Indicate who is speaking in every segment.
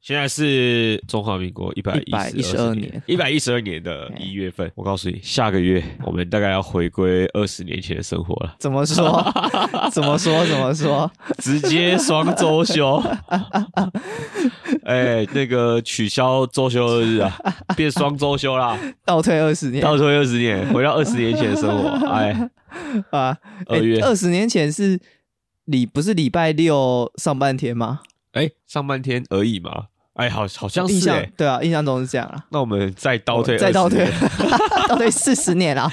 Speaker 1: 现在是中华民国一百
Speaker 2: 112年
Speaker 1: 一百一十二年
Speaker 2: ，
Speaker 1: 的一月份。我告诉你，下个月我们大概要回归二十年前的生活了
Speaker 2: 怎么说？怎么说？怎么说？
Speaker 1: 直接双周 休。哎、那个取消周休二日 啊，变双周休啦，
Speaker 2: 倒退二十年
Speaker 1: 倒退二十年，回到二十年前的生 活。哎，
Speaker 2: 啊！
Speaker 1: 二月
Speaker 2: 二十年前是礼不是礼拜六上半天吗？
Speaker 1: 哎、上半天而已嘛。哎，好，好像
Speaker 2: 印
Speaker 1: 是哎、
Speaker 2: 象对啊，印象中是这样啊。
Speaker 1: 那我们再倒退，
Speaker 2: 再倒退，， 倒退四十年 啦，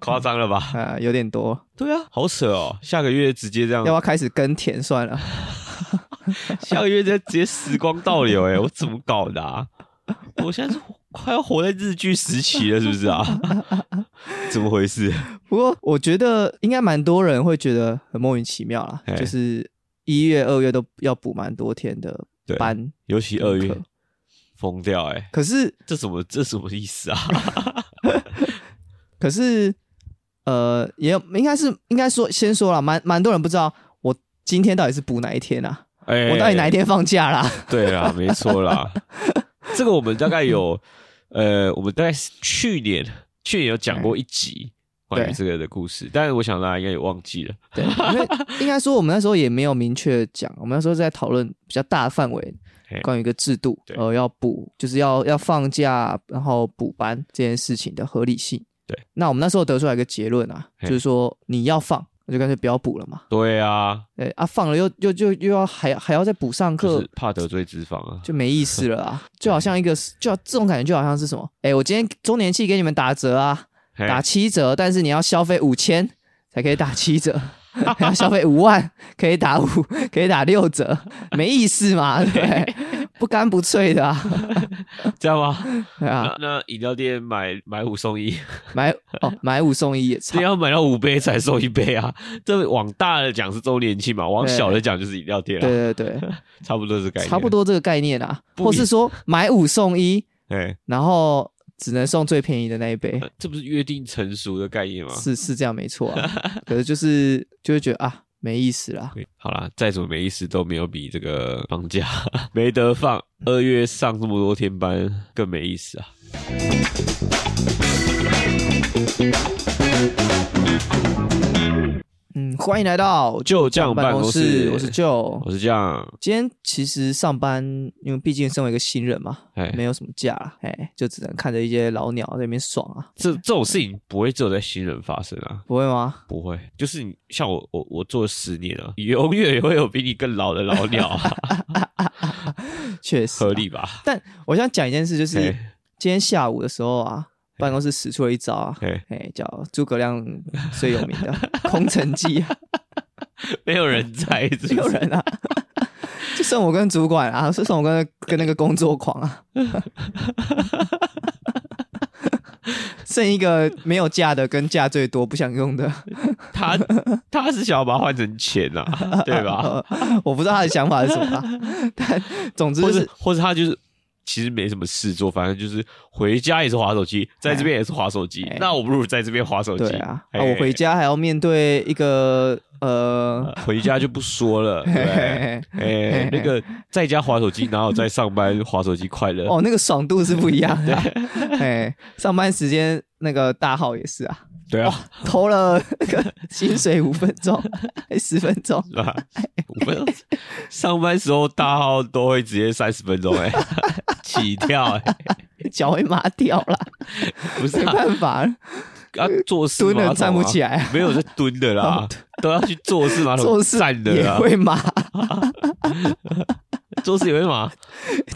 Speaker 1: 夸张了吧？
Speaker 2: 啊，有点多，
Speaker 1: 对啊，好扯哦！下个月直接这样
Speaker 2: 要不，要开始耕田算了？
Speaker 1: 下个月再直接时光倒流、哎，我怎么搞的、啊？我现在是快要活在日剧时期了，是不是 啊？怎么回事？
Speaker 2: 不过我觉得应该蛮多人会觉得很莫名其妙啦
Speaker 1: 嘿，
Speaker 2: 就是一月、二月都要补蛮多天的
Speaker 1: 对
Speaker 2: 班，
Speaker 1: 尤其二月
Speaker 2: 可
Speaker 1: 疯掉、哎，
Speaker 2: 可是
Speaker 1: 这什么这什么意思啊？
Speaker 2: 可是呃，也有应该是应该说先说了，蛮蛮多人不知道我今天到底是补哪一天啊？
Speaker 1: 哎、
Speaker 2: 我到底哪一天放假啦？
Speaker 1: 对啦，没错啦。这个我们大概有，呃，我们大概是去年去年有讲过一集关于
Speaker 2: 对
Speaker 1: 这个的故事，但是我想大家应该也忘记了。
Speaker 2: 对，因为应该说我们那时候也没有明确讲，我们那时候在讨论比较大范围
Speaker 1: 嘿
Speaker 2: 关于一个制度
Speaker 1: 对，
Speaker 2: 呃，要补就是要要放假，然后补班这件事情的合理性。
Speaker 1: 对，
Speaker 2: 那我们那时候得出来一个结论啊，
Speaker 1: 嘿
Speaker 2: 就是说你要放，那就干脆不要补了嘛。
Speaker 1: 对啊，
Speaker 2: 对啊，放了又又又又要还还要再补
Speaker 1: 就
Speaker 2: 上课，
Speaker 1: 是怕得罪脂肪啊。
Speaker 2: 就没意思了啊。就好像一个就这种感觉，就好像是什么？哎，我今天周年庆给你们打折啊，
Speaker 1: 嘿
Speaker 2: 打七折，但是你要消费五千才可以打七折， 还要消费五万可以打五，可以打六折，没意思嘛，对不对？不干不脆的啊，
Speaker 1: 这样吗？
Speaker 2: 对啊
Speaker 1: 那，那饮料店买买五送 一，
Speaker 2: 买哦买五送一也差
Speaker 1: 这，要买到五杯才送一杯啊！ 这往大的讲是周年庆嘛，往
Speaker 2: 对
Speaker 1: 小的讲就是饮料店啊，
Speaker 2: 对对对，
Speaker 1: 差不多是概念，
Speaker 2: 差不。多这个概念啊，
Speaker 1: 不
Speaker 2: 或是说买五送一，
Speaker 1: 哎，
Speaker 2: 然后只能送最便宜的那一杯，
Speaker 1: 呃这不是约定成熟的概念吗？
Speaker 2: 是是这样没错啊，可是就是就会觉得啊没意思啦，
Speaker 1: 对好啦，再怎么没意思都没有比这个放假 没得放，二月上这么多天班更没意思啊！
Speaker 2: 嗯，欢迎来到
Speaker 1: 就这样办
Speaker 2: 公
Speaker 1: 公室，
Speaker 2: 我是舅，
Speaker 1: 我是这样，
Speaker 2: 今天其实上班，因为毕竟身为一个新人嘛，
Speaker 1: 哎，
Speaker 2: 没有什么假啦，哎，就只能看着一些老鸟在那边爽啊，
Speaker 1: 这这种事情不会只有在新人发生啊，
Speaker 2: 不会吗？
Speaker 1: 不会，就是你像我，我我做了十年了， 永远也会有比你更老的老鸟、啊，
Speaker 2: 确实啊、
Speaker 1: 合理吧？
Speaker 2: 我想讲一件事，就是
Speaker 1: 嘿
Speaker 2: 今天下午的时候啊，办公室使出了一招啊，
Speaker 1: 嘿，
Speaker 2: 哎，叫诸葛亮最有名的空城计啊，
Speaker 1: 没有人 在，是不是
Speaker 2: 没有人啊。就剩我跟主管啊，就剩我跟跟那个工作狂啊， 剩一个没有假的跟假最多不想用的，
Speaker 1: 他他是想要把它换成钱啊，对吧？
Speaker 2: 呃我不知道他的想法是什么啊、 但总之
Speaker 1: 或
Speaker 2: 就
Speaker 1: 者
Speaker 2: 是
Speaker 1: 或者他就是其实没什么事做，反正就是回家也是划手机，在这边也是划手机
Speaker 2: 哎，
Speaker 1: 那我不如在这边划手机
Speaker 2: 对啊，
Speaker 1: 哎
Speaker 2: 啊我回家还要面对一个呃，
Speaker 1: 回家就不说 了，对不对。哎，那个在家划手机，哪有在上班划手机快乐？
Speaker 2: 哦，那个爽度是不一样的啊、哎，上班时间那个大号也是啊，
Speaker 1: 对啊，
Speaker 2: 投了那个薪水五分钟，还十分钟，
Speaker 1: 是吧？五分钟，上班时候大号都会直接三十分钟哎、 起跳哎、
Speaker 2: 脚会麻掉了，
Speaker 1: 不是
Speaker 2: 没
Speaker 1: 啊，
Speaker 2: 办法，
Speaker 1: 啊坐式
Speaker 2: 蹲
Speaker 1: 马桶、
Speaker 2: 了
Speaker 1: 啊、
Speaker 2: 站不起来啊，哦
Speaker 1: 没有在蹲的啦，都要去坐式马桶 啊
Speaker 2: 做事
Speaker 1: 站的
Speaker 2: 也
Speaker 1: 啦，
Speaker 2: 会麻，
Speaker 1: 坐式也会嘛？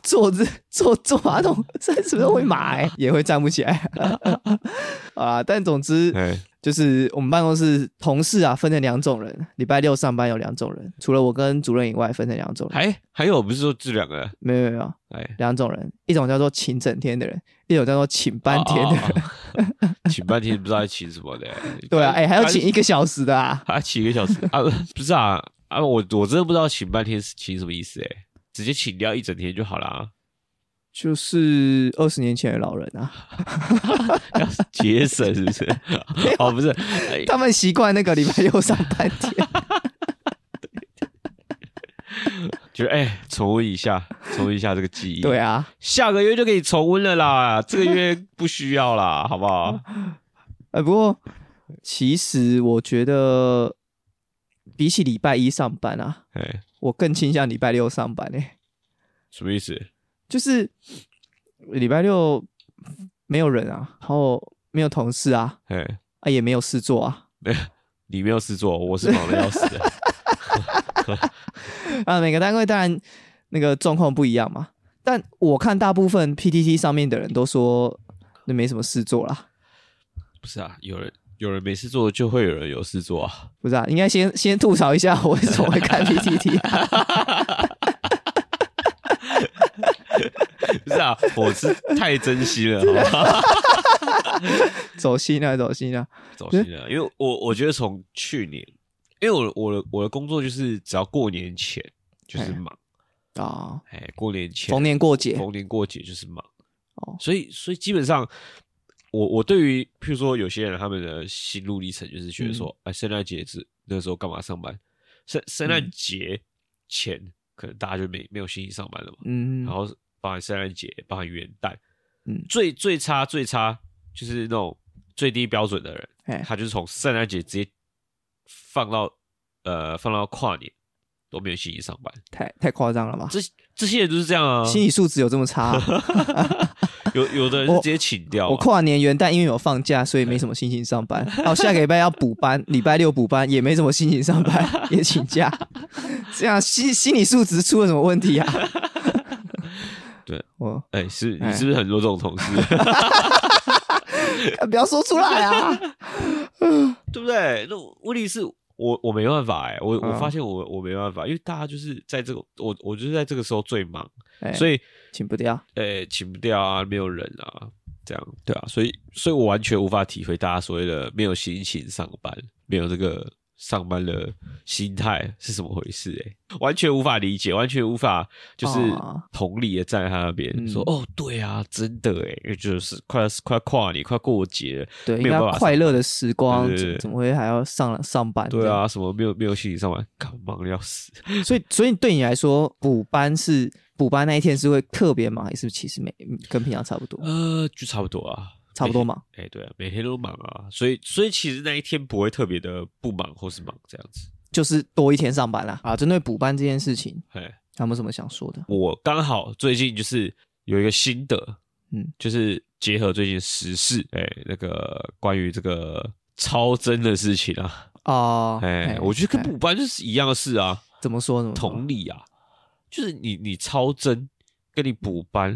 Speaker 2: 坐着坐坐马桶三十分钟会麻、哎也会站不起来 啊。但总之，
Speaker 1: 哎，
Speaker 2: 就是我们办公室同事啊，分成两种人，礼拜六上班有两种人，除了我跟主任以外，分成两种人。
Speaker 1: 还还有不是说这两个人
Speaker 2: 没有没有没有，
Speaker 1: 哎。
Speaker 2: 两种人，一种叫做请整天的人，一种叫做请半天的人。
Speaker 1: 哦哦哦哦请半天不知道在请什么的、
Speaker 2: 对啊，哎、还要请
Speaker 1: 干，
Speaker 2: 一个小时的啊。
Speaker 1: 还要请一个小时啊？不是啊啊！我我真的不知道请半天是请什么意思哎、直接请掉一整天就好啦。
Speaker 2: 就是二十年前的老人啊，
Speaker 1: 要节省是不 是？哦，不是，哎
Speaker 2: 他们习惯那个礼拜六上半天，
Speaker 1: 觉得哎，重温一 下，重温一下这个记忆。
Speaker 2: 对，啊，
Speaker 1: 下个月就可以重温了啦，这个月不需要啦， 好不好？
Speaker 2: 呃，不过其实我觉得，比起礼拜一上班啊，
Speaker 1: 哎，
Speaker 2: 我更倾向礼拜六上班诶、
Speaker 1: 什么意思？
Speaker 2: 就是礼拜六没有人啊，然后没有同事啊，
Speaker 1: 哎，
Speaker 2: 啊也没有事做啊，
Speaker 1: 你没有事做，我是忙的要死的。
Speaker 2: 啊每个单位当然那个状况不一样嘛，但我看大部分 PTT 上面的人都说那没什么事做啦，
Speaker 1: 不是啊，有人有人没事做，就会有人有事做啊。
Speaker 2: 不是啊，应该先先吐槽一下我为什么会看 PTT，啊、
Speaker 1: 不是啊，我是太珍惜 了，好不好？
Speaker 2: 走心啊走心啊，
Speaker 1: 走心了，因为我我觉得从去年，因为我的我的我的工作就是只要过年前就是忙，
Speaker 2: 啊、
Speaker 1: 哎、过年前
Speaker 2: 逢年过节
Speaker 1: 逢年过节就是忙，
Speaker 2: 哦
Speaker 1: 所以所以基本上，我我对于譬如说有些人他们的心路历程就是觉得
Speaker 2: 嗯
Speaker 1: 说，哎、圣诞节是那时候干嘛上班？圣圣
Speaker 2: 嗯
Speaker 1: 诞节前、可能大家就没没有心情上班了嘛，
Speaker 2: 嗯，
Speaker 1: 然后包含圣诞节，包含元旦，
Speaker 2: 嗯
Speaker 1: 最最差最差就是那种最低标准的人，
Speaker 2: 哎
Speaker 1: 他就是从圣诞节直接放到呃放到跨年都没有心情上班，
Speaker 2: 太太夸张了吧？
Speaker 1: 这这些人就是这样啊，
Speaker 2: 心理素质有这么差 啊、
Speaker 1: 有有的人是直接请掉
Speaker 2: 我
Speaker 1: 啊，
Speaker 2: 跨年元旦因为有放假，所以没什么心情上班。 然后下个礼拜要补班，礼拜六补班也没什么心情上班， 也请假。这样心心理素质出了什么问题啊？
Speaker 1: 对，
Speaker 2: 我
Speaker 1: 哎、是你
Speaker 2: 哎
Speaker 1: 是不是很多这种同事，
Speaker 2: 啊不要说出来啊！
Speaker 1: 对不对？那我问题是我我没办法哎、我我
Speaker 2: 嗯
Speaker 1: 发现我我没办法，因为大家就是在这个我我就是在这个时候最忙，
Speaker 2: 哎
Speaker 1: 所以
Speaker 2: 请不掉。
Speaker 1: 呃，请不掉啊，没有人啊，这样对啊，所以，所以我完全无法体会大家所谓的没有心情上班，没有这个上班的心态是什么回事、欸？完全无法理解，完全无法就是
Speaker 2: 哦
Speaker 1: 同理的站在他那边、
Speaker 2: 嗯
Speaker 1: 说，哦，对啊，真的哎、因为就是快要快要跨年，快要过节了，
Speaker 2: 对，应
Speaker 1: 没有办
Speaker 2: 该
Speaker 1: 法
Speaker 2: 要
Speaker 1: 上
Speaker 2: 快乐的时光
Speaker 1: 对对对
Speaker 2: 怎怎么会还要上上班？
Speaker 1: 对，啊，什么没有没有心情上班，干忙的要死。
Speaker 2: 所以所以对你来说，补班是补班那一天是会特别忙，还是其实没跟平常差不多？
Speaker 1: 呃，就差不多啊，
Speaker 2: 差不多忙。
Speaker 1: 哎、对啊，每天都忙啊，所以所以其实那一天不会特别的不忙或是忙这样子。
Speaker 2: 就是多一天上班啦。啊，针对补班这件事情，
Speaker 1: 哎，
Speaker 2: 有没有什么想说的？
Speaker 1: 我刚好最近就是有一个心得，
Speaker 2: 嗯，
Speaker 1: 就是结合最近的时事，哎、那个关于这个超真的事情啊，
Speaker 2: 哦，
Speaker 1: 哎、我觉得跟
Speaker 2: 哎
Speaker 1: 补班就是一样的事啊，
Speaker 2: 怎么说怎么说
Speaker 1: 同理啊，就是你你超真跟你补班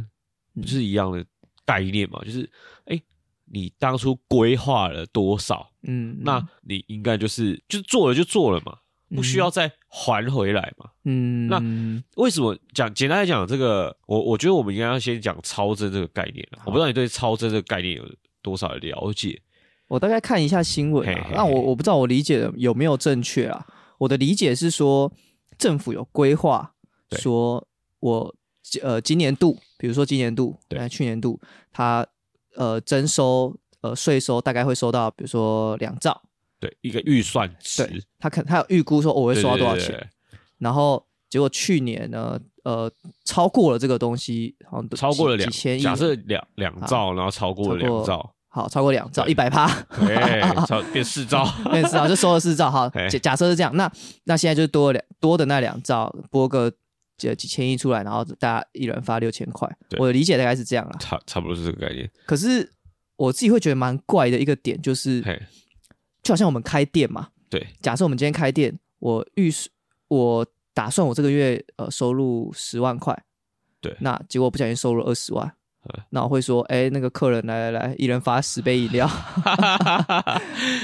Speaker 2: 嗯
Speaker 1: 不是一样的概念嘛，就是哎、你当初规划了多少，
Speaker 2: 嗯，
Speaker 1: 那你应该就是就做了就做了嘛，不需要再还回来嘛。
Speaker 2: 嗯，
Speaker 1: 那
Speaker 2: 嗯
Speaker 1: 为什么讲简单来讲，这个我我觉得我们应该要先讲超真这个概念啊、我不知道你对超真这个概念有多少的了解？
Speaker 2: 我大概看一下新闻
Speaker 1: 嘿嘿
Speaker 2: 啊，
Speaker 1: 嘿
Speaker 2: 那我我不知道我理解的有没有正确啊。我的理解是说，政府有规划，
Speaker 1: 对
Speaker 2: 说我呃今年度，比如说今年度，
Speaker 1: 对
Speaker 2: 哎去年度，它呃征收呃税收大概会收到，比如说两兆，
Speaker 1: 对，一个预算值，
Speaker 2: 对，他可他有预估说我会
Speaker 1: 会
Speaker 2: 收到多少钱，然后结果去年呢，呃，超过了这个东西，好像都
Speaker 1: 超过了
Speaker 2: 几
Speaker 1: 两，
Speaker 2: 几千亿，
Speaker 1: 假设两两兆，然后超过了
Speaker 2: 超过
Speaker 1: 两 兆，
Speaker 2: 好超过两兆，
Speaker 1: 对
Speaker 2: 一百趴，
Speaker 1: 哎，超变四兆，
Speaker 2: 那是啊，就收了四兆，好，
Speaker 1: 嘿
Speaker 2: 假假设是这样，那那现在就多了两多的那两兆，拨个几几千亿出来，然后大家一人发六千块，
Speaker 1: 对
Speaker 2: 我的理解大概是这样啦。
Speaker 1: 差差不多是这个概念。
Speaker 2: 可是我自己会觉得蛮怪的一个点就是，
Speaker 1: 嘿，
Speaker 2: 就好像我们开店嘛，
Speaker 1: 对，
Speaker 2: 假设我们今天开店，我预算我打算我这个月呃收入十万块，
Speaker 1: 对
Speaker 2: 那结果不小心收入二十万
Speaker 1: 嗯，
Speaker 2: 那我会说，哎、那个客人来来来，一人发十杯饮 料，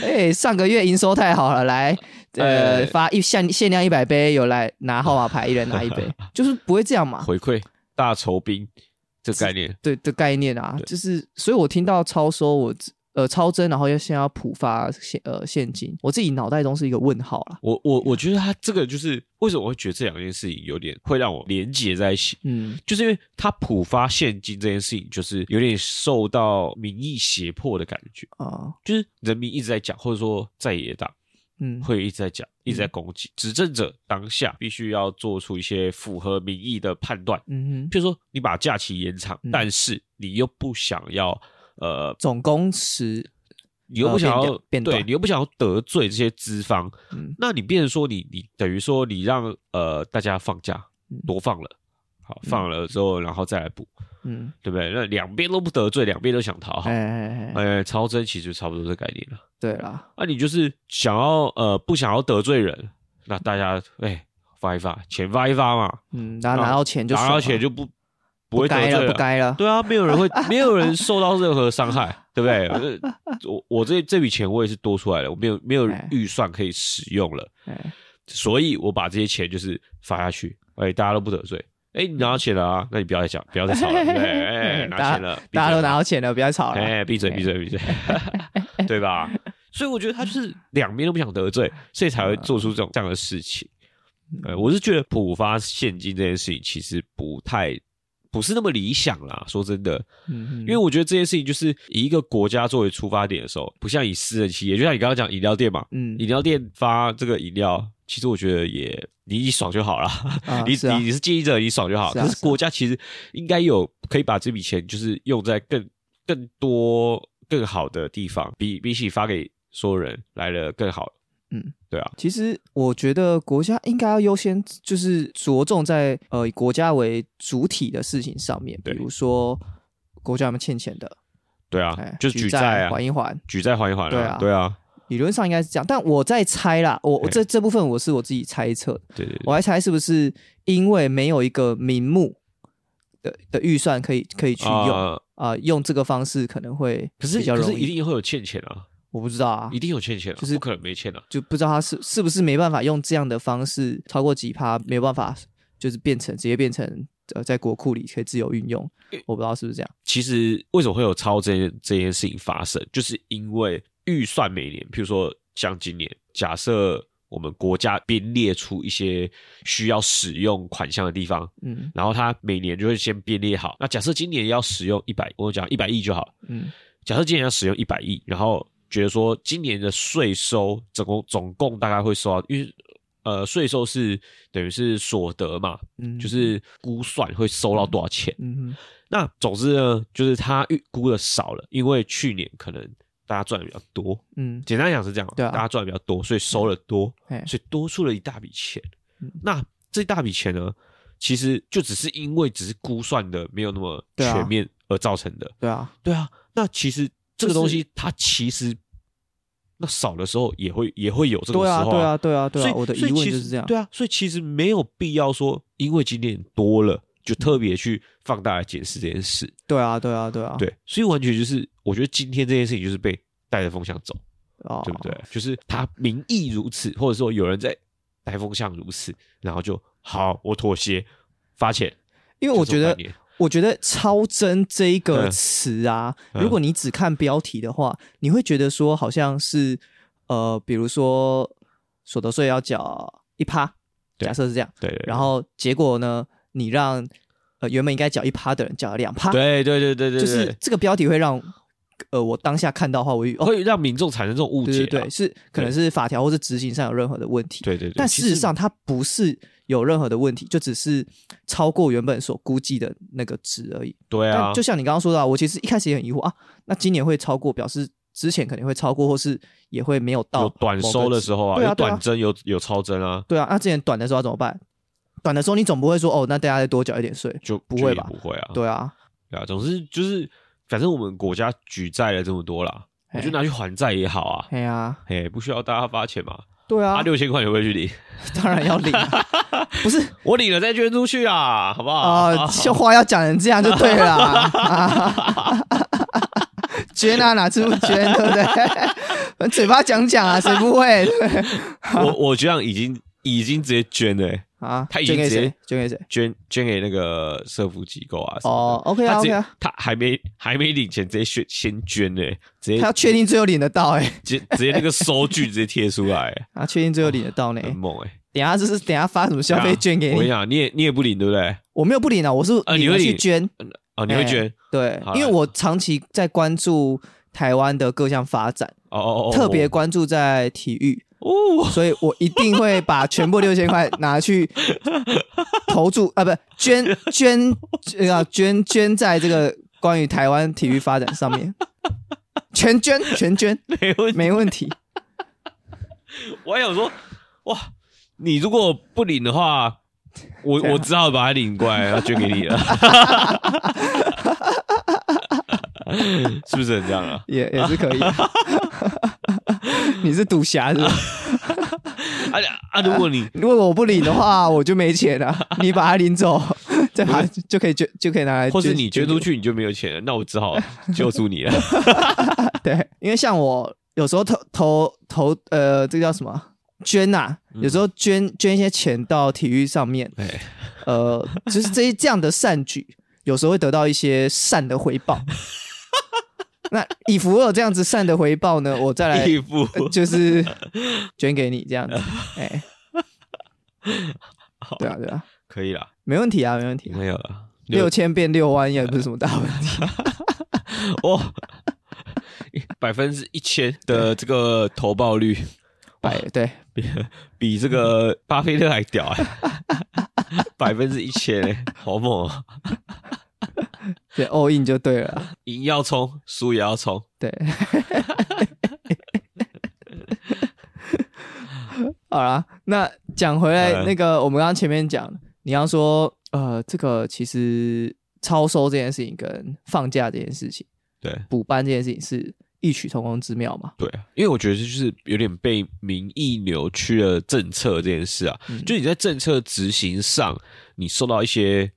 Speaker 2: 哎、上个月营收太好了，来，呃，
Speaker 1: 哎
Speaker 2: 发一限限量一百杯，有来拿号码牌，一人拿一 杯，就是不会这样嘛，
Speaker 1: 回馈大酬宾这个概念，
Speaker 2: 对的概念啊，
Speaker 1: 对
Speaker 2: 就是，所以我听到超收我呃超增，然后要先要普发现呃现金，我自己脑袋中是一个问号啦，
Speaker 1: 我我我觉得他这个就是为什么我会觉得这两件事情有点会让我连结在一起，
Speaker 2: 嗯，
Speaker 1: 就是因为他普发现金这件事情，就是有点受到民意胁迫的感觉，
Speaker 2: 啊、
Speaker 1: 就是人民一直在讲，或者说在野党
Speaker 2: 嗯，
Speaker 1: 会一直在讲，一直在攻击执政者当下必须要做出一些符合民意的判断，
Speaker 2: 嗯哼，
Speaker 1: 譬如说你把假期延长，
Speaker 2: 嗯
Speaker 1: 但是你又不想要呃，
Speaker 2: 总工时，
Speaker 1: 你又不想
Speaker 2: 呃
Speaker 1: 要
Speaker 2: 变、变
Speaker 1: 对
Speaker 2: 短
Speaker 1: 你又不想要得罪这些资方，
Speaker 2: 嗯
Speaker 1: 那你变成说你你等于说你让呃大家放假
Speaker 2: 嗯
Speaker 1: 多放了，好放了之后然后再来补，
Speaker 2: 嗯，
Speaker 1: 对不对？那两边都不得罪，两边都想讨好
Speaker 2: 哎，哎哎，
Speaker 1: 哎，超真其实差不多这概念了。
Speaker 2: 对啦，
Speaker 1: 啊，你就是想要呃不想要得罪人，那大家哎发一发，钱发一发嘛，
Speaker 2: 嗯，然后拿到钱就
Speaker 1: 啊拿到
Speaker 2: 爽
Speaker 1: 钱
Speaker 2: 了
Speaker 1: 就不不
Speaker 2: 不
Speaker 1: 会得
Speaker 2: 该
Speaker 1: 罪
Speaker 2: 了，不该了，
Speaker 1: 对啊，没有人会，没有人受到任何伤害，对不对？呃我我这这笔钱我也是多出来了，我没有没有
Speaker 2: 哎
Speaker 1: 预算可以使用了，
Speaker 2: 哎，
Speaker 1: 所以我把这些钱就是发下去，哎，大家都不得罪。哎，你拿到钱了啊？那你不要再讲，不要再吵了，对不对？ 哎，
Speaker 2: 大
Speaker 1: 拿
Speaker 2: 家
Speaker 1: 钱了，闭
Speaker 2: 大家
Speaker 1: 嘴
Speaker 2: 都拿
Speaker 1: 吧
Speaker 2: 到钱了，不要吵了，
Speaker 1: 哎，闭嘴，
Speaker 2: 哎
Speaker 1: 闭嘴， 闭嘴，对吧？所以我觉得他就是两边都不想得罪，
Speaker 2: 嗯
Speaker 1: 所以才会做出这种这样的事情。呃，我是觉得普发现金这件事情其实不太不是那么理想啦。说真的，
Speaker 2: 嗯，因
Speaker 1: 因为我觉得这件事情就是以一个国家作为出发点的时候，不像以私人企业，就像你刚刚讲饮料店嘛，
Speaker 2: 嗯
Speaker 1: 饮料店发这个饮料，其实我觉得也你你爽就好啦。
Speaker 2: 啊
Speaker 1: 你
Speaker 2: 是啊
Speaker 1: 你你是经营者，你爽就好。
Speaker 2: 是啊
Speaker 1: 可是国家其实应该有可以把这笔钱就是用在更更多更好的地方，比比起发给所有人来的更好。
Speaker 2: 嗯，
Speaker 1: 对啊，
Speaker 2: 其实我觉得国家应该要优先，就是着重在呃以国家为主体的事情上面，比
Speaker 1: 对
Speaker 2: 如说国家有没有欠钱的，
Speaker 1: 对啊，
Speaker 2: 哎，
Speaker 1: 就是
Speaker 2: 举
Speaker 1: 举债啊，
Speaker 2: 还一还，
Speaker 1: 举债还一还
Speaker 2: 对啊
Speaker 1: 对啊，
Speaker 2: 理论上应该是这样，但我在猜啦，我我这这部分我是我自己猜测的，
Speaker 1: 对对对
Speaker 2: 我还猜是不是因为没有一个名目的的预算可以可以去用啊、
Speaker 1: 啊
Speaker 2: 用这个方式可能会
Speaker 1: 可是
Speaker 2: 比较
Speaker 1: 可
Speaker 2: 容
Speaker 1: 是
Speaker 2: 易，
Speaker 1: 一定会有欠钱啊，
Speaker 2: 我不知道啊
Speaker 1: 一，定有欠钱啊，
Speaker 2: 就是
Speaker 1: 不可能没欠啊。
Speaker 2: 就不知道他是是不是没办法用这样的方式超过几趴，没有办法就是变成直接变成呃在国库里可以自由运用，我不知道是不是这样。
Speaker 1: 其实为什么会有超这件这件事情发生，就是因为预算每年，譬如说像今年，假设我们国家编列出一些需要使用款项的地方，
Speaker 2: 嗯
Speaker 1: 然后它每年就会先编列好。那假设今年要使用一百，我讲一百亿就好。
Speaker 2: 嗯
Speaker 1: 假设今年要使用一百亿，然后觉得说今年的税收总共总共大概会收到，因为呃税收是等于是所得嘛，
Speaker 2: 嗯，
Speaker 1: 就是估算会收到多少钱。
Speaker 2: 嗯哼
Speaker 1: 那总之呢，就是他预估的少了，因为去年可能大家赚的比较多，
Speaker 2: 嗯
Speaker 1: 简单讲是这样，
Speaker 2: 对啊
Speaker 1: 大家赚的比较多，所以收了多，
Speaker 2: 哎
Speaker 1: 所以多出了一大笔钱
Speaker 2: 嗯。
Speaker 1: 那这大笔钱呢，其实就只是因为只是估算的没有那么
Speaker 2: 对啊
Speaker 1: 全面而造成的。
Speaker 2: 对啊
Speaker 1: 对啊，那其实这
Speaker 2: 就
Speaker 1: 个
Speaker 2: 是
Speaker 1: 东西它其实那少的时候也会也会有这种
Speaker 2: 对
Speaker 1: 时
Speaker 2: 啊
Speaker 1: 候
Speaker 2: 对啊对啊对
Speaker 1: 所
Speaker 2: 啊
Speaker 1: 以，
Speaker 2: 我的
Speaker 1: 所以
Speaker 2: 疑问
Speaker 1: 其
Speaker 2: 就
Speaker 1: 实
Speaker 2: 是这样。
Speaker 1: 对啊，所以其实没有必要说，因为今年多了，就
Speaker 2: 嗯
Speaker 1: 特别去放大来解释这件事。
Speaker 2: 对啊对啊对啊，
Speaker 1: 对，所以完全就是，我觉得今天这件事情就是被带着风向走，
Speaker 2: 哦
Speaker 1: 对不对？？就是他民意如此，或者说有人在带风向如此，然后就好，我妥协发钱。
Speaker 2: 因为我
Speaker 1: 就这
Speaker 2: 觉
Speaker 1: 种
Speaker 2: 得
Speaker 1: 概念
Speaker 2: 我觉得“超真”这一个
Speaker 1: 嗯
Speaker 2: 词啊，
Speaker 1: 嗯
Speaker 2: 如果你只看标题的话，你会觉得说好像是呃，比如说所得税要缴一趴，
Speaker 1: 对
Speaker 2: 假设是这样，
Speaker 1: 对对，对
Speaker 2: 然后结果呢，你让呃原本应该缴一趴的人缴了两趴，
Speaker 1: 对对对对对，
Speaker 2: 就是这个标题会让呃我当下看到的话，我会
Speaker 1: 对
Speaker 2: 哦，
Speaker 1: 会让民众产生这种误
Speaker 2: 对
Speaker 1: 解
Speaker 2: 对
Speaker 1: 啊。
Speaker 2: 对，是可能是法条或是执行上有任何的问题，
Speaker 1: 对对对，
Speaker 2: 但
Speaker 1: 其
Speaker 2: 事实
Speaker 1: 实
Speaker 2: 上它不是有任何的问题，就只是超过原本所估计的那个值而已。
Speaker 1: 对啊
Speaker 2: 但，就像你刚刚说到，我其实一开始也很疑惑啊，那今年会超过，表示之前肯定会超过，或是也会没有
Speaker 1: 有
Speaker 2: 到
Speaker 1: 短
Speaker 2: 某个
Speaker 1: 收的
Speaker 2: 值
Speaker 1: 时候啊，
Speaker 2: 对啊
Speaker 1: 有
Speaker 2: 对啊
Speaker 1: 短增有有超增啊，
Speaker 2: 对啊，那之前短的时候要怎么办？短的时候你总不会说哦，那大家再多缴一点税，
Speaker 1: 就
Speaker 2: 不
Speaker 1: 就
Speaker 2: 会
Speaker 1: 也
Speaker 2: 吧
Speaker 1: 不会啊，
Speaker 2: 对啊，
Speaker 1: 对啊，总之就是，反正我们国家举债了这么多啦，我
Speaker 2: 嘿
Speaker 1: 就拿去还债也好啊，
Speaker 2: 哎呀，
Speaker 1: 嘿，不需要大家发钱嘛，
Speaker 2: 对啊
Speaker 1: 啊，，六千块你会去领，
Speaker 2: 当然要领啊、 不是
Speaker 1: 我领了再捐出去啊，好不好？
Speaker 2: 啊，笑话要讲成这样就对了啊。啊 捐啊，哪次不捐，对不对？ 嘴巴讲讲啊，谁不会？对
Speaker 1: 我我这样已经已经直接捐了欸、
Speaker 2: 啊，
Speaker 1: 他已
Speaker 2: 捐
Speaker 1: 经
Speaker 2: 给
Speaker 1: 直接
Speaker 2: 谁？捐给谁？
Speaker 1: 捐捐给那个社福机构啊什么
Speaker 2: 哦
Speaker 1: 的。
Speaker 2: ，OK 啊
Speaker 1: 他直
Speaker 2: ，OK
Speaker 1: 接
Speaker 2: 啊，
Speaker 1: 他还没还没领钱，直接先先捐呢、直接
Speaker 2: 他要确定最后领得到哎、欸，
Speaker 1: 直接直接那个收据直接贴出 来、
Speaker 2: 啊，确定最后领得到呢、
Speaker 1: 很猛哎、
Speaker 2: 等一下就是等一下发什么消费券给
Speaker 1: 啊我跟你
Speaker 2: 你，
Speaker 1: 讲，你也你也不领对不对？
Speaker 2: 我没有不领啊，我是
Speaker 1: 啊你
Speaker 2: 领了
Speaker 1: 会
Speaker 2: 去
Speaker 1: 领
Speaker 2: 捐，
Speaker 1: 哦，你会
Speaker 2: 哎
Speaker 1: 捐？
Speaker 2: 对
Speaker 1: 好，啦
Speaker 2: 因为我长期在关注台湾的各项发展，
Speaker 1: 哦哦哦，
Speaker 2: 特别
Speaker 1: 我
Speaker 2: 关注在体育，
Speaker 1: 哦，
Speaker 2: 所以我一定会把全部六千块拿去投注啊，不捐捐啊捐捐在这个关于台湾体育发展上面，全捐全捐
Speaker 1: 没问题。
Speaker 2: 没问题。
Speaker 1: 我还想说，哇，你如果不领的话，我
Speaker 2: 对啊
Speaker 1: 我只好把它领过来，然后捐给你了， 是不是很这样啊？
Speaker 2: 也也是可以。 你是赌侠是吧？
Speaker 1: 啊啊！如果你
Speaker 2: 如果我不领的话，我就没钱 了。你把它领走，再把它就可以捐，就可以拿来。
Speaker 1: 或是你捐出，去，你呃就没有钱了，那我只好救助你了。
Speaker 2: 对，因为像我有时候投投投，呃，这个叫什么啊？捐呐、
Speaker 1: 嗯
Speaker 2: 有时候捐捐一些钱到体育上面，
Speaker 1: 哎，
Speaker 2: 呃，就是这些这样的善举，有时候会得到一些善的回 报。那以服有这样子善的回报呢，我再来
Speaker 1: 哎义父，
Speaker 2: 就是捐给你 这样子，哎、对啊，对啊，
Speaker 1: 可以啦，
Speaker 2: 没问题啊，没问题啊、
Speaker 1: 没有了。
Speaker 2: 六千变六万也不
Speaker 1: 啊
Speaker 2: 是什么大问 题，
Speaker 1: 哦，百分之一千的这个投报率，
Speaker 2: 百对
Speaker 1: 比这个巴菲特还屌 哎、百分之一千哎，好猛啊！
Speaker 2: 对 all in 就对了啊，
Speaker 1: 赢要冲，输也要冲。
Speaker 2: 对。好啦，那讲回来，
Speaker 1: 嗯
Speaker 2: 那个我们刚刚前面讲，你要说呃，这个其实超收这件事情跟放假这件事情、
Speaker 1: 对
Speaker 2: 补班这件事情是异曲同工之妙嘛？
Speaker 1: 对，啊因为我觉得就是有点被民意扭曲了政策这件事啊，
Speaker 2: 嗯
Speaker 1: 就你在政策执行上，你受到一些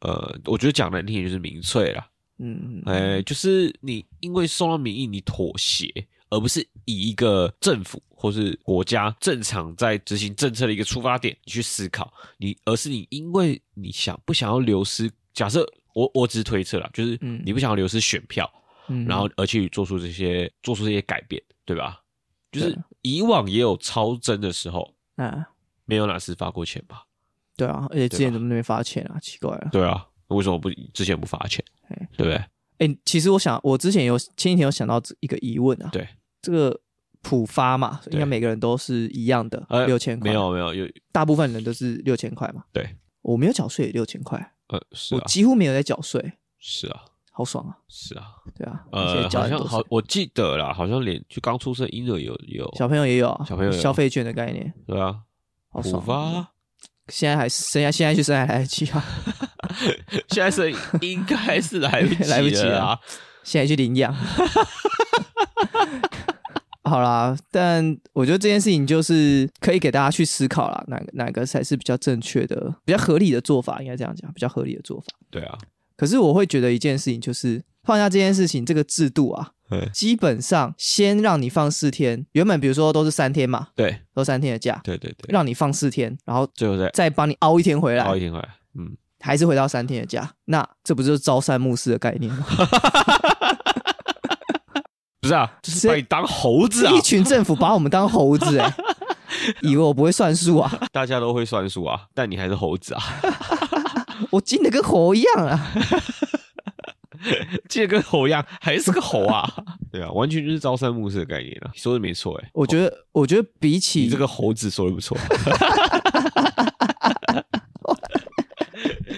Speaker 1: 呃，我觉得讲难听点就是民粹啦，
Speaker 2: 嗯，
Speaker 1: 哎、就是你因为受到民意，你妥协，而不是以一个政府或是国家正常在执行政策的一个出发点你去思考，你而是你因为你想不想要流失，假设我我只是推测啦，就是
Speaker 2: 嗯
Speaker 1: 你不想要流失选票，
Speaker 2: 嗯
Speaker 1: 然后而去做出这些做出这些改变，对吧？就是
Speaker 2: 对
Speaker 1: 以往也有超征的时候，
Speaker 2: 啊，
Speaker 1: 没有哪次发过钱吧？
Speaker 2: 对啊，而且之
Speaker 1: 对
Speaker 2: 前怎么没发钱啊？奇怪啊！
Speaker 1: 对啊，为什么不之前不发钱
Speaker 2: 哎？
Speaker 1: 对不对？
Speaker 2: 哎、其实我想，我之前有前几天有想到一个疑问啊，
Speaker 1: 对，
Speaker 2: 这个普发嘛，
Speaker 1: 对
Speaker 2: 应该每个人都是一样的，
Speaker 1: 呃
Speaker 2: 六千块，
Speaker 1: 没，有没有有
Speaker 2: 大部分人都是六千块嘛。
Speaker 1: 对，
Speaker 2: 我没有缴税也六千块，
Speaker 1: 呃是
Speaker 2: 我
Speaker 1: 啊
Speaker 2: 几乎没有在缴税，
Speaker 1: 是啊
Speaker 2: 好爽啊！
Speaker 1: 是啊，
Speaker 2: 对啊，而且
Speaker 1: 呃，
Speaker 2: 缴
Speaker 1: 好
Speaker 2: 很
Speaker 1: 像
Speaker 2: 多
Speaker 1: 好
Speaker 2: 税，
Speaker 1: 我记得啦，好像连就刚出生婴儿有有，
Speaker 2: 小朋友也有啊，
Speaker 1: 小朋友有
Speaker 2: 消费券的概念，
Speaker 1: 对啊，
Speaker 2: 好
Speaker 1: 浦
Speaker 2: 爽啊、
Speaker 1: 发，
Speaker 2: 现在还生下，现在去生还来得及啊，
Speaker 1: 现在是应该是来不
Speaker 2: 来不及
Speaker 1: 及了啊，
Speaker 2: 现在去领养。 好啦，但我觉得这件事情就是可以给大家去思考啦，哪个哪个才是比较正确的、比较合理的做法，应该这样讲，比较合理的做法。
Speaker 1: 对啊，
Speaker 2: 可是我会觉得一件事情就是放假这件事情，这个制度啊，
Speaker 1: 对
Speaker 2: 基本上先让你放四天，原本比如说都是三天嘛，
Speaker 1: 对
Speaker 2: 都三天的假，
Speaker 1: 对对对，
Speaker 2: 让你放四天，然后
Speaker 1: 最后再
Speaker 2: 再帮你熬一天回来，
Speaker 1: 熬一天回来，嗯，
Speaker 2: 还是回到三天的假，那这不就是朝三暮四的概 念吗？
Speaker 1: 不是啊，就是
Speaker 2: 是
Speaker 1: 把你当猴子啊
Speaker 2: 一，群政府把我们当猴 子哎、以为我不会算数啊？
Speaker 1: 大家都会算数啊，但你还是猴子啊，
Speaker 2: 我进的跟猴一样啊！
Speaker 1: 这跟猴一样，还是个猴 啊，对啊，完全就是朝三暮四的概念啊，说的没错哎，
Speaker 2: 我觉得，我觉得比起
Speaker 1: 你这个猴子说的 不错。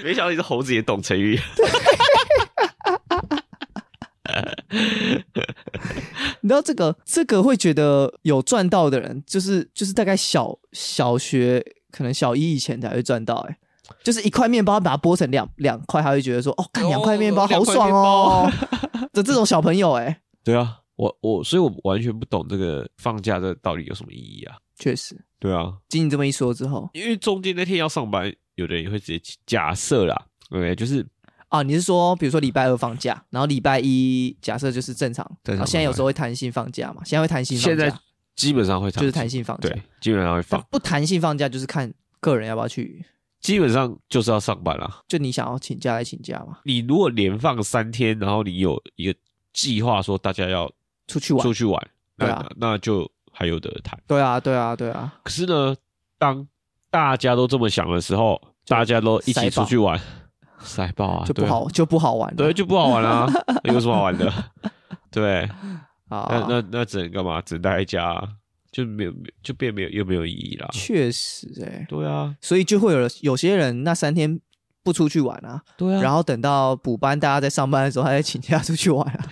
Speaker 1: 没想到你这猴子也懂成语，
Speaker 2: 你知道这个这个会觉得有赚到的人，就是就是大概小小学可能小一以前才会赚到、欸，就是一块面包把它剥成两两块，他会觉得说，哦，干
Speaker 1: 哦
Speaker 2: 两块面包好
Speaker 1: 两块
Speaker 2: 爽哦。 的这种小朋友、欸，哎，
Speaker 1: 对啊，我我所以，我完全不懂这个放假这到底有什么意义啊？
Speaker 2: 确实，
Speaker 1: 对啊，
Speaker 2: 经你这么一说之后，
Speaker 1: 因为中间那天要上班，有的人也会直接假设啦，对不对？就是
Speaker 2: 啊，你是说，比如说礼拜二放假，然后礼拜一假设就是正常，
Speaker 1: 正常
Speaker 2: 然后现在有时候会弹性放假嘛，现在会弹性放
Speaker 1: 现
Speaker 2: 假，
Speaker 1: 在基本上会
Speaker 2: 就是弹，性放假，
Speaker 1: 对，基本上会
Speaker 2: 但
Speaker 1: 放，
Speaker 2: 不弹性放假就是看个人要不要去，
Speaker 1: 基本上就是要上班啦。
Speaker 2: 就你想要请假来请假嘛，
Speaker 1: 你如果连放三天，然后你有一个计划说大家要
Speaker 2: 出去玩
Speaker 1: 出，去玩，那、
Speaker 2: 对啊
Speaker 1: 那就还有得谈。
Speaker 2: 对啊，对啊，对啊。
Speaker 1: 可是呢，当大家都这么想的时候，大家都一起
Speaker 2: 塞爆
Speaker 1: 出去玩， 塞爆啊，
Speaker 2: 就不
Speaker 1: 对啊
Speaker 2: 好、就不好玩了。
Speaker 1: 对，就不好玩啊啦、有什么好玩的？对，
Speaker 2: 啊，
Speaker 1: 那那那只能干嘛？只能待在家啊、就没有就变没有又没有意义啦。
Speaker 2: 确实哎、
Speaker 1: 对啊，
Speaker 2: 所以就会有有些人那三天不出去玩啊，
Speaker 1: 对啊，
Speaker 2: 然后等到补班大家在上班的时候，他再请假出去玩啊。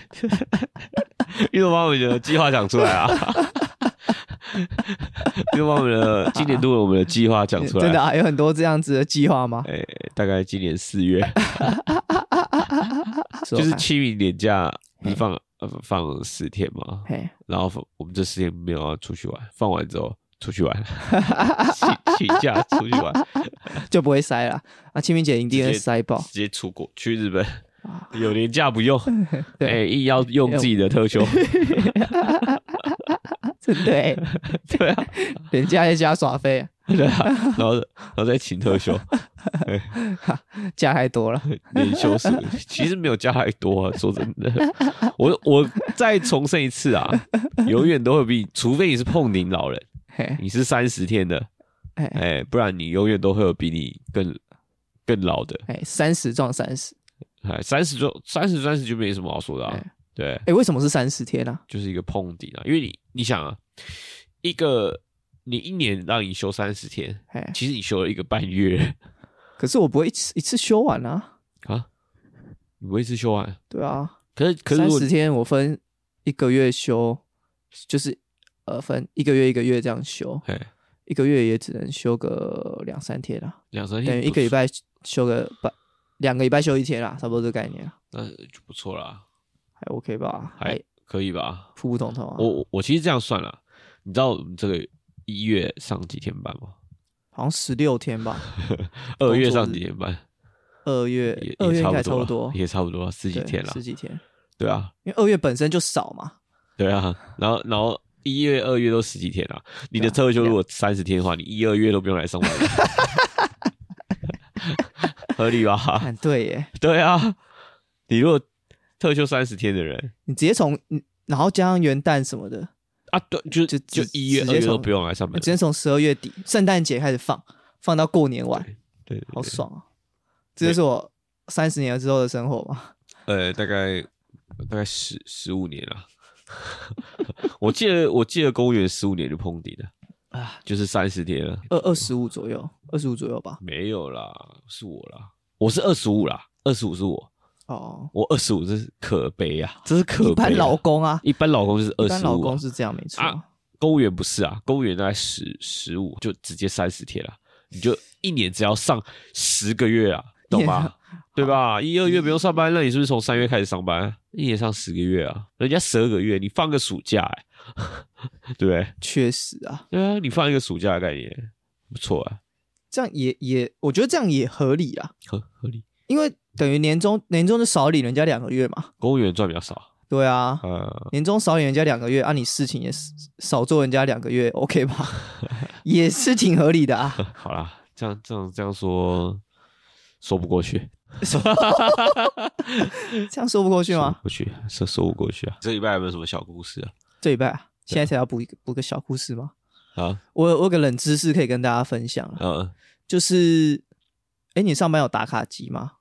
Speaker 1: 你怎么把我们的计划讲出来 啊？你怎么把我们的今年度我们的计划 讲出来？
Speaker 2: 真的啊，有很多这样子的计划吗？
Speaker 1: 哎、大概今年四 月，就
Speaker 2: 说
Speaker 1: 哎是
Speaker 2: 看
Speaker 1: 清明年假，你
Speaker 2: 嗯
Speaker 1: 放呃放四天嘛，
Speaker 2: 嘿，
Speaker 1: 然后我们这四天没有要出去玩，放完之后出去 玩，请请假出去玩，
Speaker 2: 就不会塞了啊。清明节一定会塞爆，
Speaker 1: 直接出国去日本， 有年假不用，哎、
Speaker 2: 对
Speaker 1: 硬要用自己的特休，
Speaker 2: 真的欸，
Speaker 1: 对 啊，
Speaker 2: 人家在家耍飞，
Speaker 1: 对啊，然后然后再请特休，
Speaker 2: 假 太多了。
Speaker 1: 年休十五，其实没有加太多啊。说真的， 我我再重申一次啊，永远都会比，除非你是碰龄老人，
Speaker 2: 嘿，
Speaker 1: 你是三十天的，
Speaker 2: 哎
Speaker 1: 哎、不然你永远都会有比你更更老的。
Speaker 2: 哎，三十撞三十，
Speaker 1: 哎，三十就三十三十就没什么好说的啊。
Speaker 2: 哎
Speaker 1: 对，
Speaker 2: 哎，为什么是三十天啊？
Speaker 1: 就是一个碰顶啊，因为你你想啊，一个你一年让你休三十天，
Speaker 2: 哎，
Speaker 1: 其实你休了一个半月
Speaker 2: 可是我不会一次一次休完啊。
Speaker 1: 啊，你不会一次休完。
Speaker 2: 对啊，
Speaker 1: 可是可是
Speaker 2: 三
Speaker 1: 我
Speaker 2: 十天我分一个月休，就是呃分一个月一个月这样休，
Speaker 1: 哎
Speaker 2: 一个月也只能休个两三天啦，
Speaker 1: 两三
Speaker 2: 等
Speaker 1: 天
Speaker 2: 于一个礼
Speaker 1: 拜，
Speaker 2: 拜休个半两个礼拜休一天啦，差不多这个概念啦，
Speaker 1: 那就不错啦，
Speaker 2: 还 OK 吧？
Speaker 1: 还
Speaker 2: 还
Speaker 1: 可以吧？
Speaker 2: 普普通通啊。
Speaker 1: 我我我其实这样算了，你知道我们这个一月上几天班吗？
Speaker 2: 好像十六天吧，
Speaker 1: 二月
Speaker 2: 工作
Speaker 1: 上
Speaker 2: 日
Speaker 1: 几天班？
Speaker 2: 二月
Speaker 1: 也
Speaker 2: 二
Speaker 1: 也
Speaker 2: 月应
Speaker 1: 差
Speaker 2: 该
Speaker 1: 不
Speaker 2: 差不多
Speaker 1: 多，，啊也差不多啊十几
Speaker 2: 对
Speaker 1: 天了
Speaker 2: 十。几天，
Speaker 1: 对啊，
Speaker 2: 因为二月本身就少嘛。
Speaker 1: 对啊，然后然后一月、二月都十几天了。你的
Speaker 2: 对啊
Speaker 1: 特休如果三十天的话，你一、二月都不用来上班了， 合理吧？
Speaker 2: 看对耶，
Speaker 1: 对啊，你如果特休三十天的人
Speaker 2: 你直接从你然后加上元旦什么的，
Speaker 1: 啊，对，就
Speaker 2: 就
Speaker 1: 就
Speaker 2: 直
Speaker 1: 一月、
Speaker 2: 直
Speaker 1: 二
Speaker 2: 接
Speaker 1: 月都
Speaker 2: 从
Speaker 1: 不用来上班
Speaker 2: 直，接从十二月底圣诞节开始放，放到过年晚，
Speaker 1: 对，对
Speaker 2: 好爽啊！这就是我三十年之后的生活嘛。
Speaker 1: 呃，大概大概十十五年了。 我记得我记得公务员十五年就碰底了，
Speaker 2: 啊，
Speaker 1: 就是三十天了。
Speaker 2: 二二十五左右，二十五左右吧。
Speaker 1: 没有啦，是我啦，我是二十五啦，二十五是我，
Speaker 2: 哦，
Speaker 1: 我二十五这是可悲啊，这是可悲、啊。
Speaker 2: 一般老公啊，
Speaker 1: 一般老公就是
Speaker 2: 一
Speaker 1: 二
Speaker 2: 般
Speaker 1: 十
Speaker 2: 老
Speaker 1: 五
Speaker 2: 公，是这样没错。
Speaker 1: 啊公务员不是啊，公务员大概十十五就直接三十天啦，你就一年只要上十个月啊，懂吗？ 对吧？一二月不用上班，那你是不是从三月开始上班？一年上十个月啊，人家十二个月，你放个暑假、欸， 对不对？
Speaker 2: 确实啊，
Speaker 1: 对啊，你放一个暑假的概念，不错啊，
Speaker 2: 这样也也，我觉得这样也合理啦，
Speaker 1: 合合理。
Speaker 2: 因为等于年终年终就少领人家两个月嘛。
Speaker 1: 公务员赚比较少，
Speaker 2: 对啊，
Speaker 1: 呃，
Speaker 2: 年终少领人家两个月，啊，你事情也是少做人家两个月，OK 吧？也是挺合理的啊。
Speaker 1: 好啦，这样这样这样说说不过去，
Speaker 2: 这样说不过去
Speaker 1: 说
Speaker 2: 吗
Speaker 1: 不？过去，说说不过去啊！这礼拜有没有什么小故事啊？
Speaker 2: 这礼拜啊现在才要补一个补个小故事吗？
Speaker 1: 啊，
Speaker 2: 我有我有个冷知识可以跟大家分享啊，
Speaker 1: 呃，
Speaker 2: 就是，哎，你上班有打卡机吗？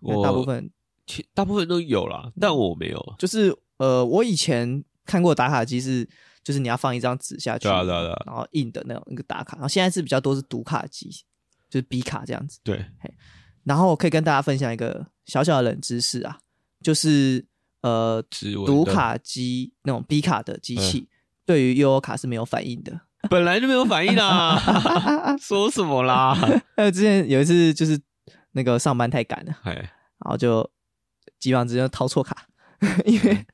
Speaker 2: 应该
Speaker 1: 我
Speaker 2: 大部分
Speaker 1: 其大部分都有啦，
Speaker 2: 嗯
Speaker 1: 但我没有。啊
Speaker 2: 就是呃，我以前看过打卡机是，就是你要放一张纸下去，
Speaker 1: 对啊对啊对啊
Speaker 2: 然后印的那种那个打卡，然后现在是比较多是读卡机，就是笔卡这样子。
Speaker 1: 对，
Speaker 2: 然后我可以跟大家分享一个小小的冷知识啊，就是呃，
Speaker 1: 指纹
Speaker 2: 读
Speaker 1: 的嗯
Speaker 2: 卡机那种笔卡的机器，对于悠游卡是没有反应的。
Speaker 1: 本来就没有反应啦，说什么啦？
Speaker 2: 呃，之前有一次就是那个上班太赶了，
Speaker 1: 哎，
Speaker 2: 然后就急忙直接掏错卡， 因为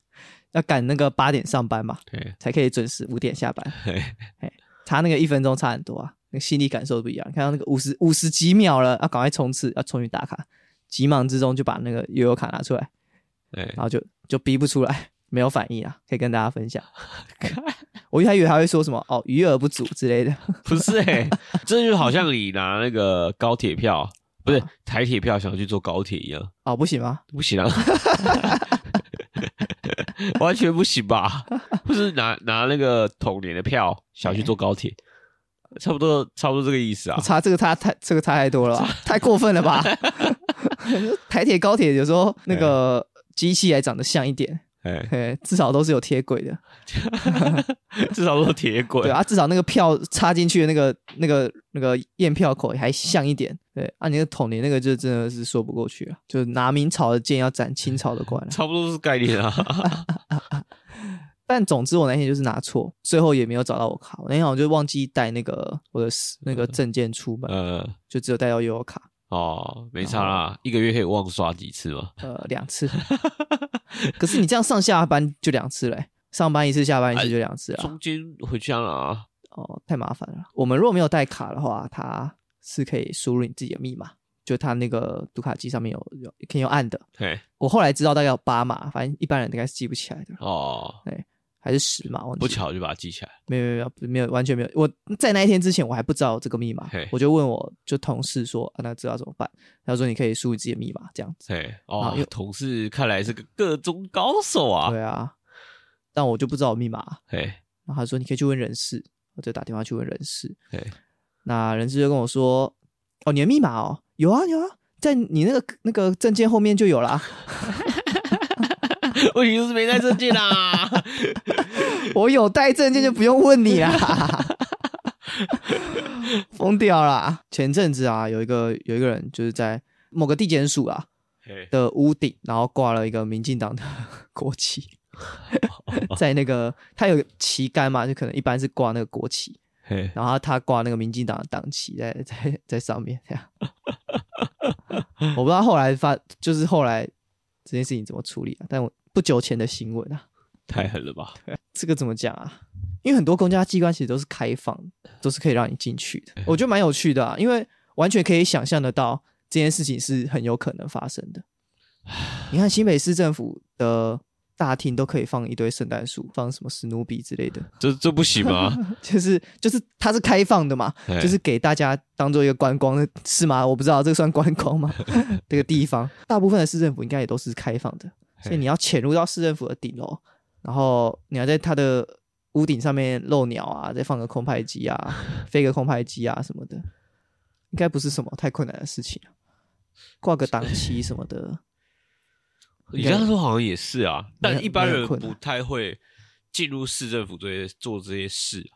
Speaker 2: 要赶那个八点上班嘛，
Speaker 1: 对，
Speaker 2: 才可以准时五点下班。
Speaker 1: 哎，
Speaker 2: 差那个一分钟差很多啊，那个心理感受不一样。看到那个五十五十几秒了，要啊赶快冲刺，要冲去打卡，急忙之中就把那个悠游卡拿出来，
Speaker 1: 哎，
Speaker 2: 然后就就逼不出来，没有反应啊，可以跟大家分享。我还以为他会说什么哦，余额不足之类的，
Speaker 1: 不是哎，这就好像你拿那个高铁票，不
Speaker 2: 啊
Speaker 1: 是台铁票，想要去坐高铁一样，
Speaker 2: 哦，不行吗？
Speaker 1: 不行 啊，完全不行吧？不是拿拿那个统联的票，想要
Speaker 2: 哎
Speaker 1: 去坐高铁，差不多差不多这个意思啊。
Speaker 2: 差这个差太这个差太多了吧，太过分了吧？台铁高铁有时候那个机器还长得像一点，
Speaker 1: 哎，
Speaker 2: 嘿，至少都是有铁轨的，
Speaker 1: 至少都是铁轨
Speaker 2: 对。啊，至少那个票插进去的那个、那个、那个验票口还像一点，对啊，你那个统联那个就真的是说不过去了，就是拿明朝的剑要斩清朝的官了。
Speaker 1: 差不多是概念啊，
Speaker 2: 但总之我那天就是拿错，最后也没有找到我卡，我那天好像就忘记带那个我的 s- 那个证件出门，
Speaker 1: 呃，
Speaker 2: 就只有带到悠游卡，
Speaker 1: 哦，没差啦，一个月可以忘刷几次嘛？
Speaker 2: 呃，两次。 可是你这样上下班就两次嘞、上班一次，下班一次就两次啊，
Speaker 1: 哎中间回家了啊，
Speaker 2: 哦，太麻烦了。我们如果没有带卡的话，它是可以输入你自己的密码，就它那个读卡机上面有有可以用按的。
Speaker 1: 嘿，
Speaker 2: 我后来知道大概有八码，反正一般人大概是记不起来的，
Speaker 1: 哦，
Speaker 2: 还是十码，忘记
Speaker 1: 不
Speaker 2: 了
Speaker 1: 巧就把它记起来，
Speaker 2: 没有没有没有没有完全没有。我在那一天之前我还不知道这个密码
Speaker 1: 嘿，
Speaker 2: 我就问我就同事说，啊、那知道怎么办？他说你可以输入自己的密码这样子。
Speaker 1: 嘿，
Speaker 2: 然
Speaker 1: 哦
Speaker 2: 后又，
Speaker 1: 同事看来是个各中高手啊，
Speaker 2: 对啊，但我就不知道我密码。
Speaker 1: 嘿，
Speaker 2: 然后他说你可以去问人事，我就打电话去问人事。
Speaker 1: 嘿，
Speaker 2: 那人事就跟我说，哦，你的密码哦，有啊有啊，在你那个那个证件后面就有啦。
Speaker 1: 问题就是没带证件 啦，
Speaker 2: 我有带证件就不用问你啦，疯掉啦！前阵子啊，有一个有一个人就是在某个地检署啊
Speaker 1: 嘿，
Speaker 2: 的屋顶，然后挂了一个民进党的 国旗， 在那个他有旗杆嘛，就可能一般是挂那个国旗，
Speaker 1: 嘿，
Speaker 2: 然后他挂那个民进党的党旗在在在上面这样。我不知道后来发就是后来这件事情怎么处理啊，但我不久前的新闻啊。
Speaker 1: 太狠了吧？
Speaker 2: 这个怎么讲啊？因为很多公家机关其实都是开放，都是可以让你进去的，我觉得蛮有趣的啊，因为完全可以想象得到这件事情是很有可能发生的。你看新北市政府的大厅都可以放一堆圣诞树，放什么史努比之类的，
Speaker 1: 这这不行吗？
Speaker 2: 就是就是它是开放的嘛，
Speaker 1: 嘿
Speaker 2: 就是给大家当做一个观光的是吗？我不知道这个算观光吗？这个地方大部分的市政府应该也都是开放的，所以你要潜入到市政府的顶楼，然后你要在它的屋顶上面漏鸟啊，再放个空拍机啊，飞个空拍机啊什么的，应该不是什么太困难的事情、啊，挂个档期什么的，
Speaker 1: 你这样说好像也是啊，
Speaker 2: 没
Speaker 1: 但
Speaker 2: 有
Speaker 1: 一般
Speaker 2: 没有
Speaker 1: 人
Speaker 2: 困难
Speaker 1: 不太会进入市政府这些做这些事啊。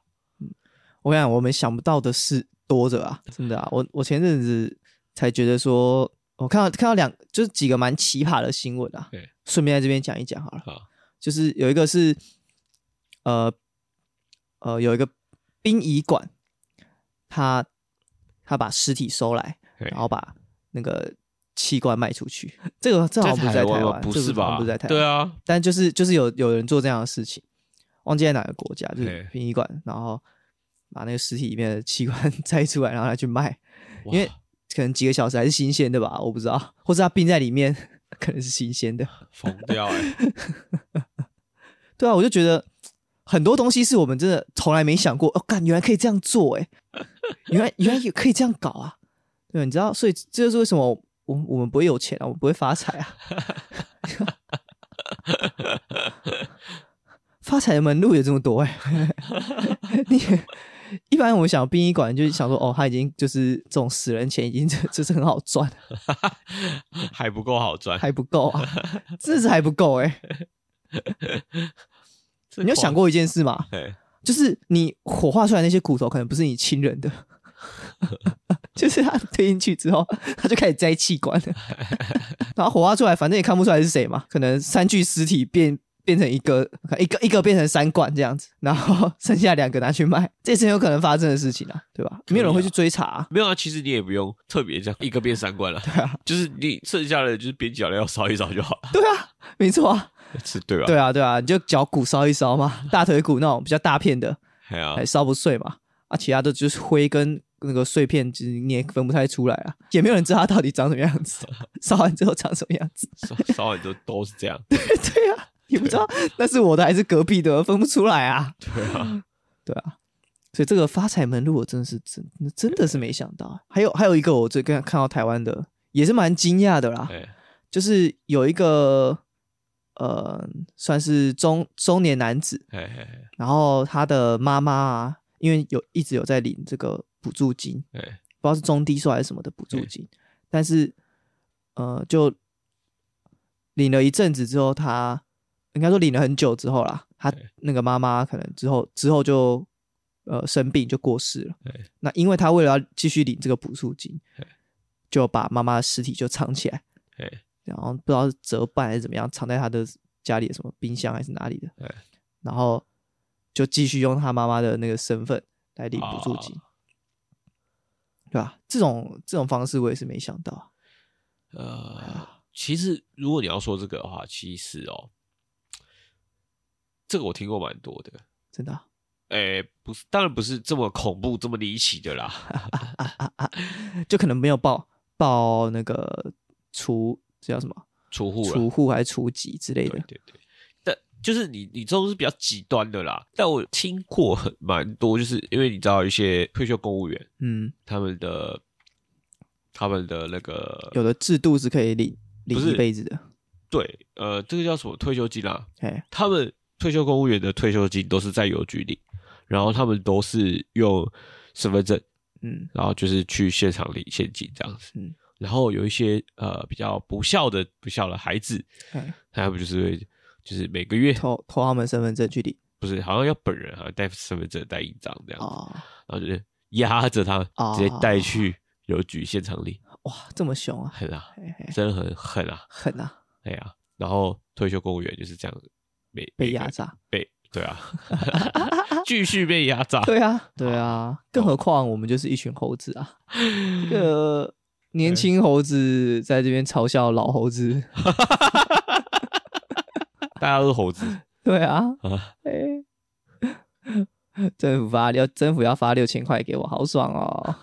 Speaker 2: 我跟你讲，我们想不到的事多 着啊，真的啊！我我前阵子才觉得说，我看到看到两就是几个蛮奇葩的新闻啊
Speaker 1: 对，
Speaker 2: 顺便在这边讲一讲好了。
Speaker 1: 好
Speaker 2: 就是有一个是，呃呃，有一个殡仪馆，他他把尸体收来，
Speaker 1: 嘿
Speaker 2: 然后把那个器官卖出去。这个这好像不是在台
Speaker 1: 湾吗
Speaker 2: 湾，
Speaker 1: 不
Speaker 2: 这
Speaker 1: 是
Speaker 2: 好像
Speaker 1: 吧？
Speaker 2: 不是在台湾，
Speaker 1: 对啊，
Speaker 2: 但就是就是有有人做这样的事情，忘记在哪个国家，就是
Speaker 1: 嘿
Speaker 2: 殡仪馆，然后把那个尸体里面的器官 摘出来，然后拿去卖，
Speaker 1: 哇
Speaker 2: 因为可能几个小时还是新鲜的吧，我不知道，或者它冰在里面， 可能是新鲜的。
Speaker 1: 疯掉哎、
Speaker 2: 对啊，我就觉得很多东西是我们真的从来没想过，哦，干，原来可以这样做、欸， 原来原来也可以这样搞啊，对，你知道，所以这就是为什么我我们不会有钱啊，我们不会发财啊， 发财的门路有这么多哎、 你一般我们想殡仪馆就是想说，哦，他已经就是这种死人钱已经就是很好赚，
Speaker 1: 还不够好赚。
Speaker 2: 还不够啊，真的是还不够哎、你有想过一件事吗？
Speaker 1: 哎、
Speaker 2: 就是你火化出来那些骨头，可能不是你亲人的， 就是他推进去之后，他就开始摘器官了， 然后火化出来，反正也看不出来是谁嘛，可能三具尸体变变成一个，一个一个变成三罐这样子，然后 剩下两个拿去卖，这也是很有可能发生的事情啊，对吧？没有人会去追查、啊，
Speaker 1: 没有啊？其实你也不用特别这样一个变三关了，对
Speaker 2: 啊，
Speaker 1: 就是你剩下的就是边角料烧一烧就好了，
Speaker 2: 没错啊，
Speaker 1: 是对吧？
Speaker 2: 对啊，对啊，你就脚骨烧一烧嘛，大腿骨那种比较大片的，
Speaker 1: 哎呀、
Speaker 2: 还烧不碎嘛，啊，其他的就是灰跟那个碎片，就是你也分不太出来啊，也没有人知道它到底长什么样 子，烧完之后长什么样子，
Speaker 1: 烧烧完都都是 这样，
Speaker 2: 对啊，你不知道那是我的还是隔壁的，分不出来啊，
Speaker 1: 对啊，
Speaker 2: 对啊，所以这个发财门路我真的是真真的是没想到啊，还有还有一个我最刚看到台湾的也是蛮惊讶的啦，
Speaker 1: 哎、
Speaker 2: 就是有一个呃算是中中年男子，
Speaker 1: 哎哎
Speaker 2: 然后他的妈妈啊，因为有一直有在领这个补助金，
Speaker 1: 哎
Speaker 2: 不知道是中低收还是什么的补
Speaker 1: 嗯
Speaker 2: 助金，但是呃，就领了一阵子之后，他应该说领了很久之后啦，他
Speaker 1: 对
Speaker 2: 那个妈妈可能之后之后就呃生病就过世了
Speaker 1: 对。
Speaker 2: 那因为他为了要继续领这个补助金
Speaker 1: 对，
Speaker 2: 就把妈妈的尸体就藏起来，
Speaker 1: 哎
Speaker 2: 然后不知道是折半还是怎么样，藏在他的家里的什么冰箱还是哪里的
Speaker 1: 对，
Speaker 2: 然后就继续用他妈妈的那个身份来领补
Speaker 1: 啊
Speaker 2: 助金，对吧？这种这种方式我也是没想到，啊
Speaker 1: 呃，其实如果你要说这个的话，其实哦，这个我听过蛮多的。
Speaker 2: 真的啊、
Speaker 1: 诶、不是，当然不是这么恐怖、这么离奇的啦。
Speaker 2: 就可能没有报报那个除这叫什么
Speaker 1: 储户啦
Speaker 2: 除户还是除籍之类
Speaker 1: 对
Speaker 2: 的，
Speaker 1: 对对，但就是你你这种是比较极端的啦。但我听过很蛮多，就是因为你知道一些退休公务员
Speaker 2: 嗯，
Speaker 1: 他们的他们的那个
Speaker 2: 有的制度是可以领领
Speaker 1: 不是
Speaker 2: 一辈子的，
Speaker 1: 对呃，这个叫什么退休金啦？
Speaker 2: 哎，
Speaker 1: 他们退休公务员的退休金都是在邮局领，然后他们都是用身份证，
Speaker 2: 嗯
Speaker 1: 然后就是去现场领现金这样子。
Speaker 2: 嗯，
Speaker 1: 然后有一些呃比较不孝的不孝的孩子，
Speaker 2: 哎，
Speaker 1: 他们就是会就是每个月
Speaker 2: 偷偷他们身份证去 领
Speaker 1: 不是好像要本人好像带身份证带印章这样子，
Speaker 2: 哦，
Speaker 1: 然后就是压着他
Speaker 2: 哦
Speaker 1: 直接带去邮局现场领，
Speaker 2: 哇，这么凶啊，
Speaker 1: 狠啊，
Speaker 2: 嘿嘿
Speaker 1: 真的很狠啊，
Speaker 2: 狠啊，
Speaker 1: 哎呀、然后退休公务员就是这样每每
Speaker 2: 被
Speaker 1: 个
Speaker 2: 压榨，
Speaker 1: 被对啊， 继续被压 榨，
Speaker 2: 对啊，对啊， 更何况我们就是一群猴子 啊，这个年轻猴子在这边嘲笑老猴子，
Speaker 1: 大家都是猴子
Speaker 2: 对啊，
Speaker 1: 啊，
Speaker 2: 哎， 政府发要政府要发六千块给我，好爽哦！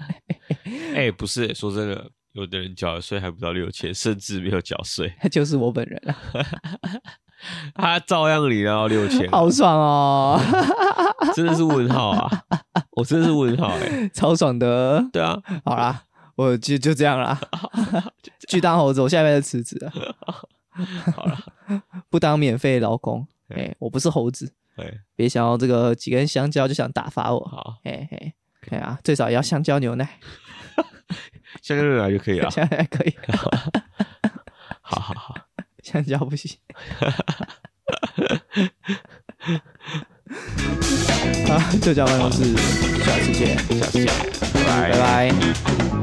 Speaker 1: 哎、不是、说真的，有的人缴的税还不到六千，甚至没有缴税，
Speaker 2: 就是我本人啊，
Speaker 1: 他照样领到六千，
Speaker 2: 好爽哦，
Speaker 1: 真的是问号啊！我真的是问号哎、
Speaker 2: 超爽的。
Speaker 1: 对啊，
Speaker 2: 好啦，我就就这样 啦。去当猴子，我下辈子辞职 了，
Speaker 1: 好了，
Speaker 2: 不当免费劳工。
Speaker 1: 嗯
Speaker 2: 哎、我不是猴子，
Speaker 1: 哎，
Speaker 2: 别想要这个几根香蕉就想打发我。
Speaker 1: 好，
Speaker 2: 嘿嘿，对啊，最少也要香蕉牛奶，
Speaker 1: 下个月来就可 以了。
Speaker 2: 香蕉还可以，
Speaker 1: 好好好，
Speaker 2: 香蕉 不行。好，就叫办公室，下次见，
Speaker 1: 下次见，拜
Speaker 2: 拜拜。